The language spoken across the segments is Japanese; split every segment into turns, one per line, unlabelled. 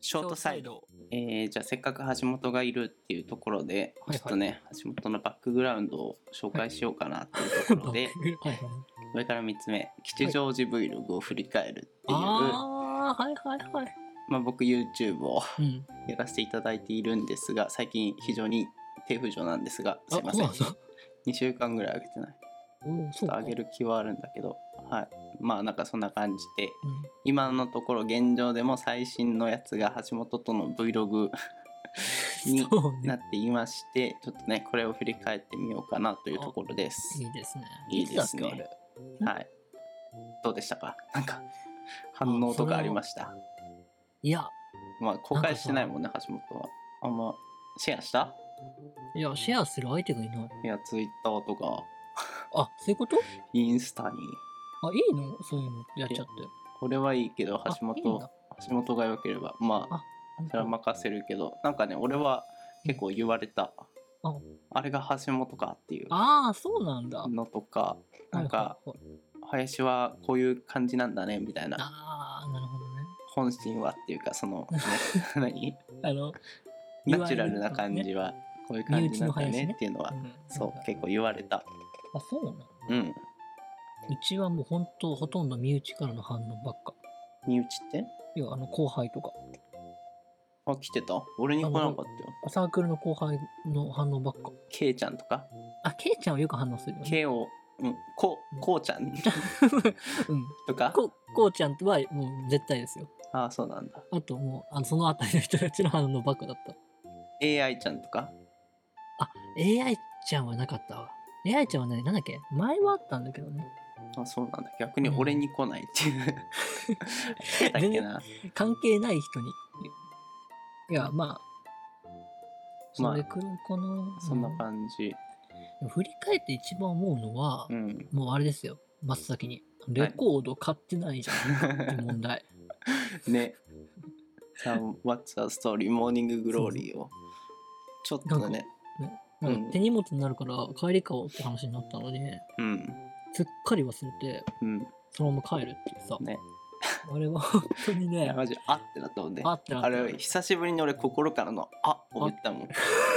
ショートサイド。
ド。
えーじゃあせっかく橋本がいるっていうところで、
はいはい
ちょっとね橋本のバックグラウンドを紹介しようかなっていうところで、
はいはい。
これから3つ目吉祥寺 Vlog を振り返るっていう、
ああ、はいはいはい。
まあ、僕 YouTube を
うん。
やらせていただいているんですが最近非常に低浮上なんですがすいません
あそう
2週間ぐらい上げてない
おお、
ち
そ
ょっ
う
と
か。
上げる気はあるんだけどはいまあなんかそんな感じで
うん。
今のところ現状でも最新のやつが橋本との Vlog に
そう
な
ね。
っていましてちょっとねこれを振り返ってみようかなというところです
いいですね。
いいですね
つだっけあれ
はいどうでしたかなんか反応とかありました
いや、
まあ公開してないもんね橋本はあんまシェアした
いや、シェアする相手がいない。
いや Twitter とか
あ、そういうこと
インスタに
あ、いいのそういうのやっちゃって。
これはいいけど橋
あいいん
本
だ
橋本が良ければまあそれは任せるけどなんかね俺は結構言われた
あ
あれが橋本かっていう
ああ、そうなんだ。
のとかなんか
はいはいはい
林はこういう感じなんだねみたいな
ああ、なるほどね。
本心はっていうかそ の、ね、何
あの、
ナチュラルな感じはこういう感じなんだねっていうのは、
うん
そう結構言われた
あ、そうなの
うん
うちはもう本当ほとんど身内からの反応ばっか。
身内って
いや、あの後輩とか、
あ来てた俺に来なかったよ
サークルの後輩の反応ばっか。
ケイちゃんとか
あ、ケイちゃんはよく反応するよ、ね。
ケイをうんこうこうちゃん
うん。
とか
ここうちゃんとはもう絶対ですよ。
ああそうなんだ
あともう、あのそのあたりの人たちの反応ばっかだった。
AI ちゃんとか
AI ちゃんはなかったわ。AI ちゃんはね、なんだっけ前はあったんだけどね。
あそうなんだ逆に俺に来ないっていう、 来てたっけな
関係ない人に。いや、まあ、
ま
そ
あ
れくらいかな。
そんな感じ
うん振り返って一番思うのは、
うん
もうあれですよ、真っ先に。レコード買ってないじゃんって問題。
ねさあ「What's a Story モーニンググローリー」をちょっとね
な
うん
んか手荷物になるから帰りかおって話になったのに、
うん
すっかり忘れて、
うん
そのまま帰るっていうさ、
ね
あれは本当に
いや
ね、
マジあってなったもんね
あってなった
あれ久しぶりに俺心からの「あを言ったもん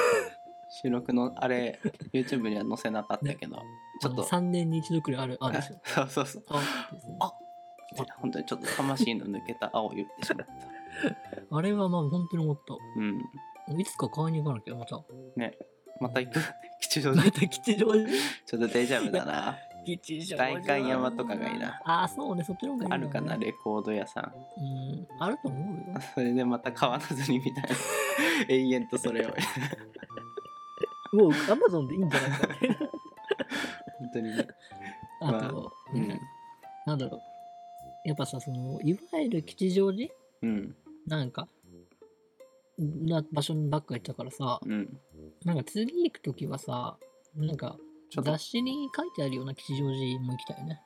収録のあれ YouTube には載せなかったけど、ちょっと
3年に一度くらいある、あるし。
そうそうそう
あですね
あね本当にちょっと魂の抜けた「あ」を言ってしまった
あれはまあ本当に思った。
うん
いつか買いに行かなきゃ、また。
また行く 吉祥
ま
寺
た吉祥寺
ちょっと大丈夫 だな
吉祥寺
代官山とかがいいな。
ああ、そうね、そっちの方がいい
あ
ん
る
だよ
か
ね
なレコード屋さん
うん、あると思うよ。
それでまた買わらずにみたいな永遠とそれを
もう Amazon でいいんじゃないかね。
本当にね
あ
まあ
と、
う
ね
ん
なんだろう。やっぱさ、その、いわゆる吉祥寺
うん
なんか、な場所にばっか行ったからさ、
うん
なんか次行くときはさ、なんか
ちょっと
雑誌に書いてあるような吉祥寺も行きたいね。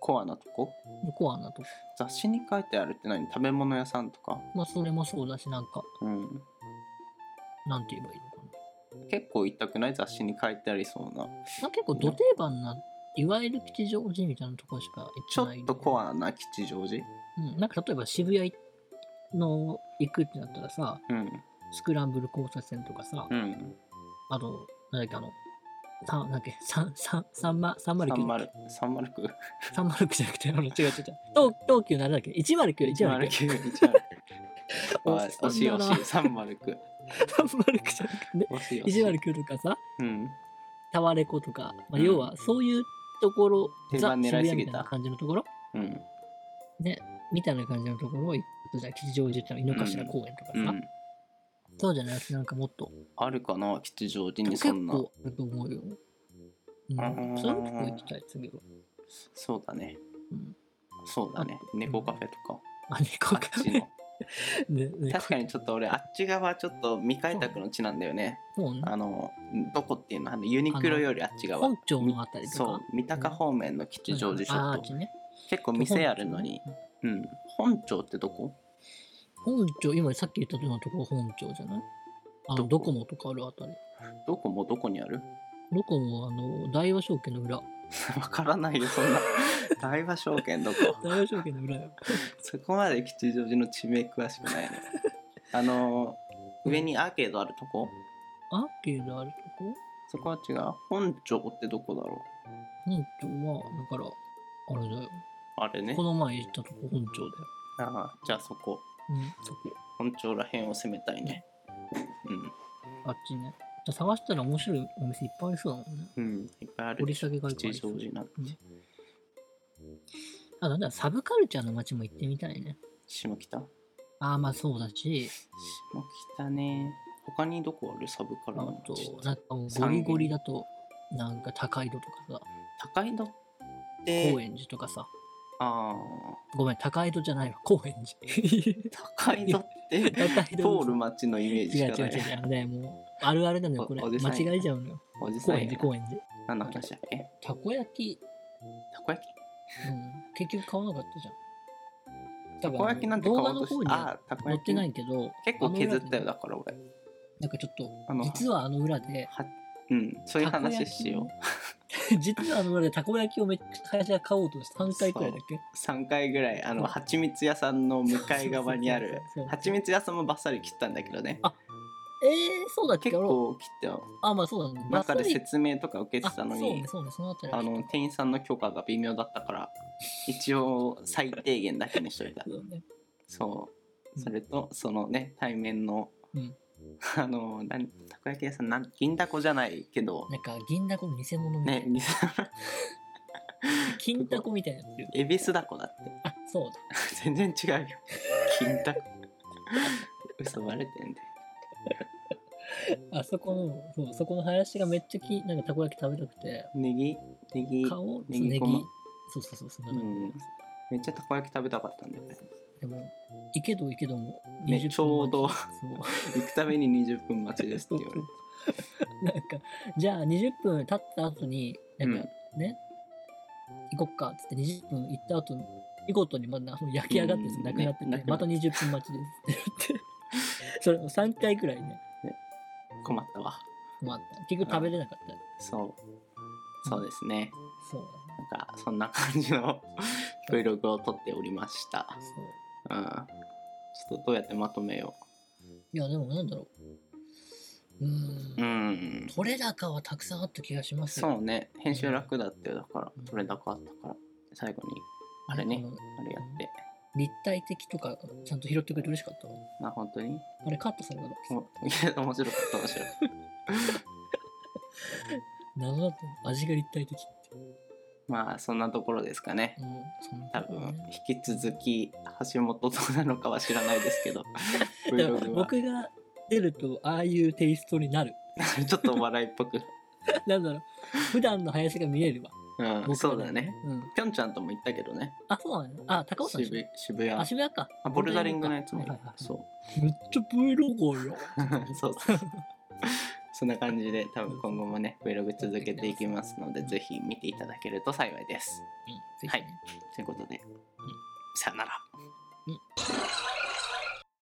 コアなとこ
コアなとこ。
雑誌に書いてあるって何食べ物屋さんとか
まあそれもそうだし、なんか、
うん
なんて言えばいいのかな。
結構痛くない雑誌に書いてありそうな
なんか結構ど定番な、いわゆる吉祥寺みたいなとこしか行
ちょ
ってない。
っとコアな吉祥寺
うん、なんか例えば渋谷の行くってなったらさ、
うん
スクランブル交差点とかさ、
うん
あと、なんだっけ、あの、さなんだっけ、三三三ま三丸九
三丸三丸区
三丸九じゃなくて、あの違う違う違う。東東急のあれだっけ、一丸九一
一
丸
丸
九。
九一丸
お
おい惜しい
そんな
惜しい三丸区
三丸九じゃなくて、ね、
惜しい惜しい
一丸九とかさ、
うん
タワレコとか、
う
まあ、
ん
要はそういうところ、
定
ザ
番狙いすぎた
渋谷みたいな感じのところ、
うん
ね、みたいな感じのところを行くと、じゃあ吉祥寺っていうの井の頭公園とかさ、
うん
そうじゃないし、なんかもっと、
あるかな吉祥寺に
結
そんな
構あると思うよ。うん、
あ
そうい
ー
うとこ行きたい、次は。
そうだね
うん
そうだね猫カフェとか
あ、猫
あっ
カフ
ち
ェ
の。
ね 猫
確かにちょっと俺あっち側ちょっと未開拓の地なんだよね
そうね。
あのどこっていうのあのユニクロよりあっち側
本町のあたりとか。
そう三鷹方面の吉祥寺ちょ
あ
っ
あ
と
っちね。
結構店あるのに、うん、本町ってどこ
本町、今さっき言ったようなところ本町じゃないあの
ど
ド
こ
コモとかあるあたり。
どこもどこにある
ドコモはあの大和証券の裏。
わからないよそ んな大和証券どこ
大和証券の裏よ。
そこまで吉祥寺の地名詳しく ないねあの上にアーケードあるとこ
アーケードあるとこ
そこは違う本町ってどこだろ
本町は、だから、あれだよ。
うあれね
この前行ったとこ本町だよ。
ああじゃあそこ
うん、そこ。
本町らへんを攻めたいねうん
あっちね。じゃあ探したら面白いお店いっぱいありそうだもんね。
うんいっぱいある
掘り下げがいっぱい
吉
ありそ
祥
う
寺なんて
あ、なんだ、サブカルチャーの街も行ってみたいね。
下北
ああ、まあそうだし、
下北ね他にどこあるサブカル
あ
の
と
街、
なんかもうゴリゴリだと、なんか高井戸とかさ、
高井戸って
高円寺とかさ。
あ
ごめん、高井戸じゃないわ、高円寺。
あ 高井戸って
高井戸
通る街のイメージ
違う
しか
違う
な
違う
い。
あのね、もう、あるあるなのよ、
お
これ。
おじさんや
間違えちゃうのよ。
おじさ
高
んや
円寺、高円寺。
何の話だっけ
たこ焼き、
たこ焼き
うん、結局買わなかったじゃん。
たこ焼きなんて買おうと
動
し
画の方に
た
は
あたこ
載っ
焼
て
き
ないけど、
結構削った
あの裏
よ
で
だから俺
なんかちょっと
あ、の
実はあの裏で、
はうんそういう話しよう
実はあの裏でたこ焼きをめっちゃ会社が買おうとして3回くらいだっけ
3回ぐらいあの
そう
蜂蜜屋さんの向かい側にある
そうそうそうそう
蜂蜜屋さんもバッサリ切ったんだけどね
あえー、そうだっけ
結
俺
構切ってよ
あ、まあそうだね。
中で
バッサリ
説明とか受けてたの
あそう
に
ね、そうね、そのあたり
あの店員さんの許可が微妙だったから一応最低限だけにしとい た
そうだね。
そう
うん
それとそのね対面の、
うん
あのなんたこ焼き屋さんなん銀だこじゃないけど
なんか、銀だこの偽物みたい
ね
な。
に
金だこみたいなのってる。
恵比寿だこだって
あ、そうだ。
全然違う よ銀だこ 嘘バレてんで
あそこの、そう、そこの林がめっちゃき、なんかたこ焼き食べたくて、
ネギネギ
顔、
ネ
ネ
ギ
ギ、
ごま
そうそうそうそう、
うんめっちゃたこ焼き食べたかったんだよね
でも、いけどいけども、
ね
20
ちょうど
分待ち
行くために20分待ちです って言われて
そう。なんか、じゃあ20分経った後に、なんかね、行こっかっつって20分行った後に、見事にまだあの焼き上がって
うん
なくなってて、
ねなくな
また20分待ちですって言って、それを3回くらいね、
困ったわ
困った。結局食べれなかった。
そうそうですね
そう
なんかそんな感じの Vlog を撮っておりました
だね。そう。
うんちょっとどうやってまとめよ
いや、でもなんだろう。うー。
う。うんん。
取れ高はたくさんあった気がしますよ
そうね。編集楽だったよ。だから、取れ高あったから、最後に、あれね
なんか、
あれやって。
立体的とか、ちゃんと拾ってくれて嬉しかったわ
まあ、本当に。
あれ、カットされたの
お 面白かった、面白かった。
謎だったの味が立体的って。
まあ、そんなところですかね。
うん、そんな
多
とこ
分
ね、
引き続き、橋本どうなのかは知らないですけ ど、
だから
Vlog は、
僕が出ると、ああいうテイストになる。
ちょっとお笑いっぽく。
なんだろう。普段の林が見えるわ。
うん、
僕
そう
は
だね。。
うん。
ぴょんちゃんとも言ったけどね。
あ、そうなの、ね、あ、高尾さんでしょ
渋渋
あ、
谷。
渋谷か。
あボルダリングのやつも
はいはいはい。
そう。
めっちゃ V ロゴよ。
そう そう。そんな感じで多分今後もね Vlog 続けていきますのでぜひ見ていただけると幸いです。
うん、ぜひね
はいということでさよなら。
うん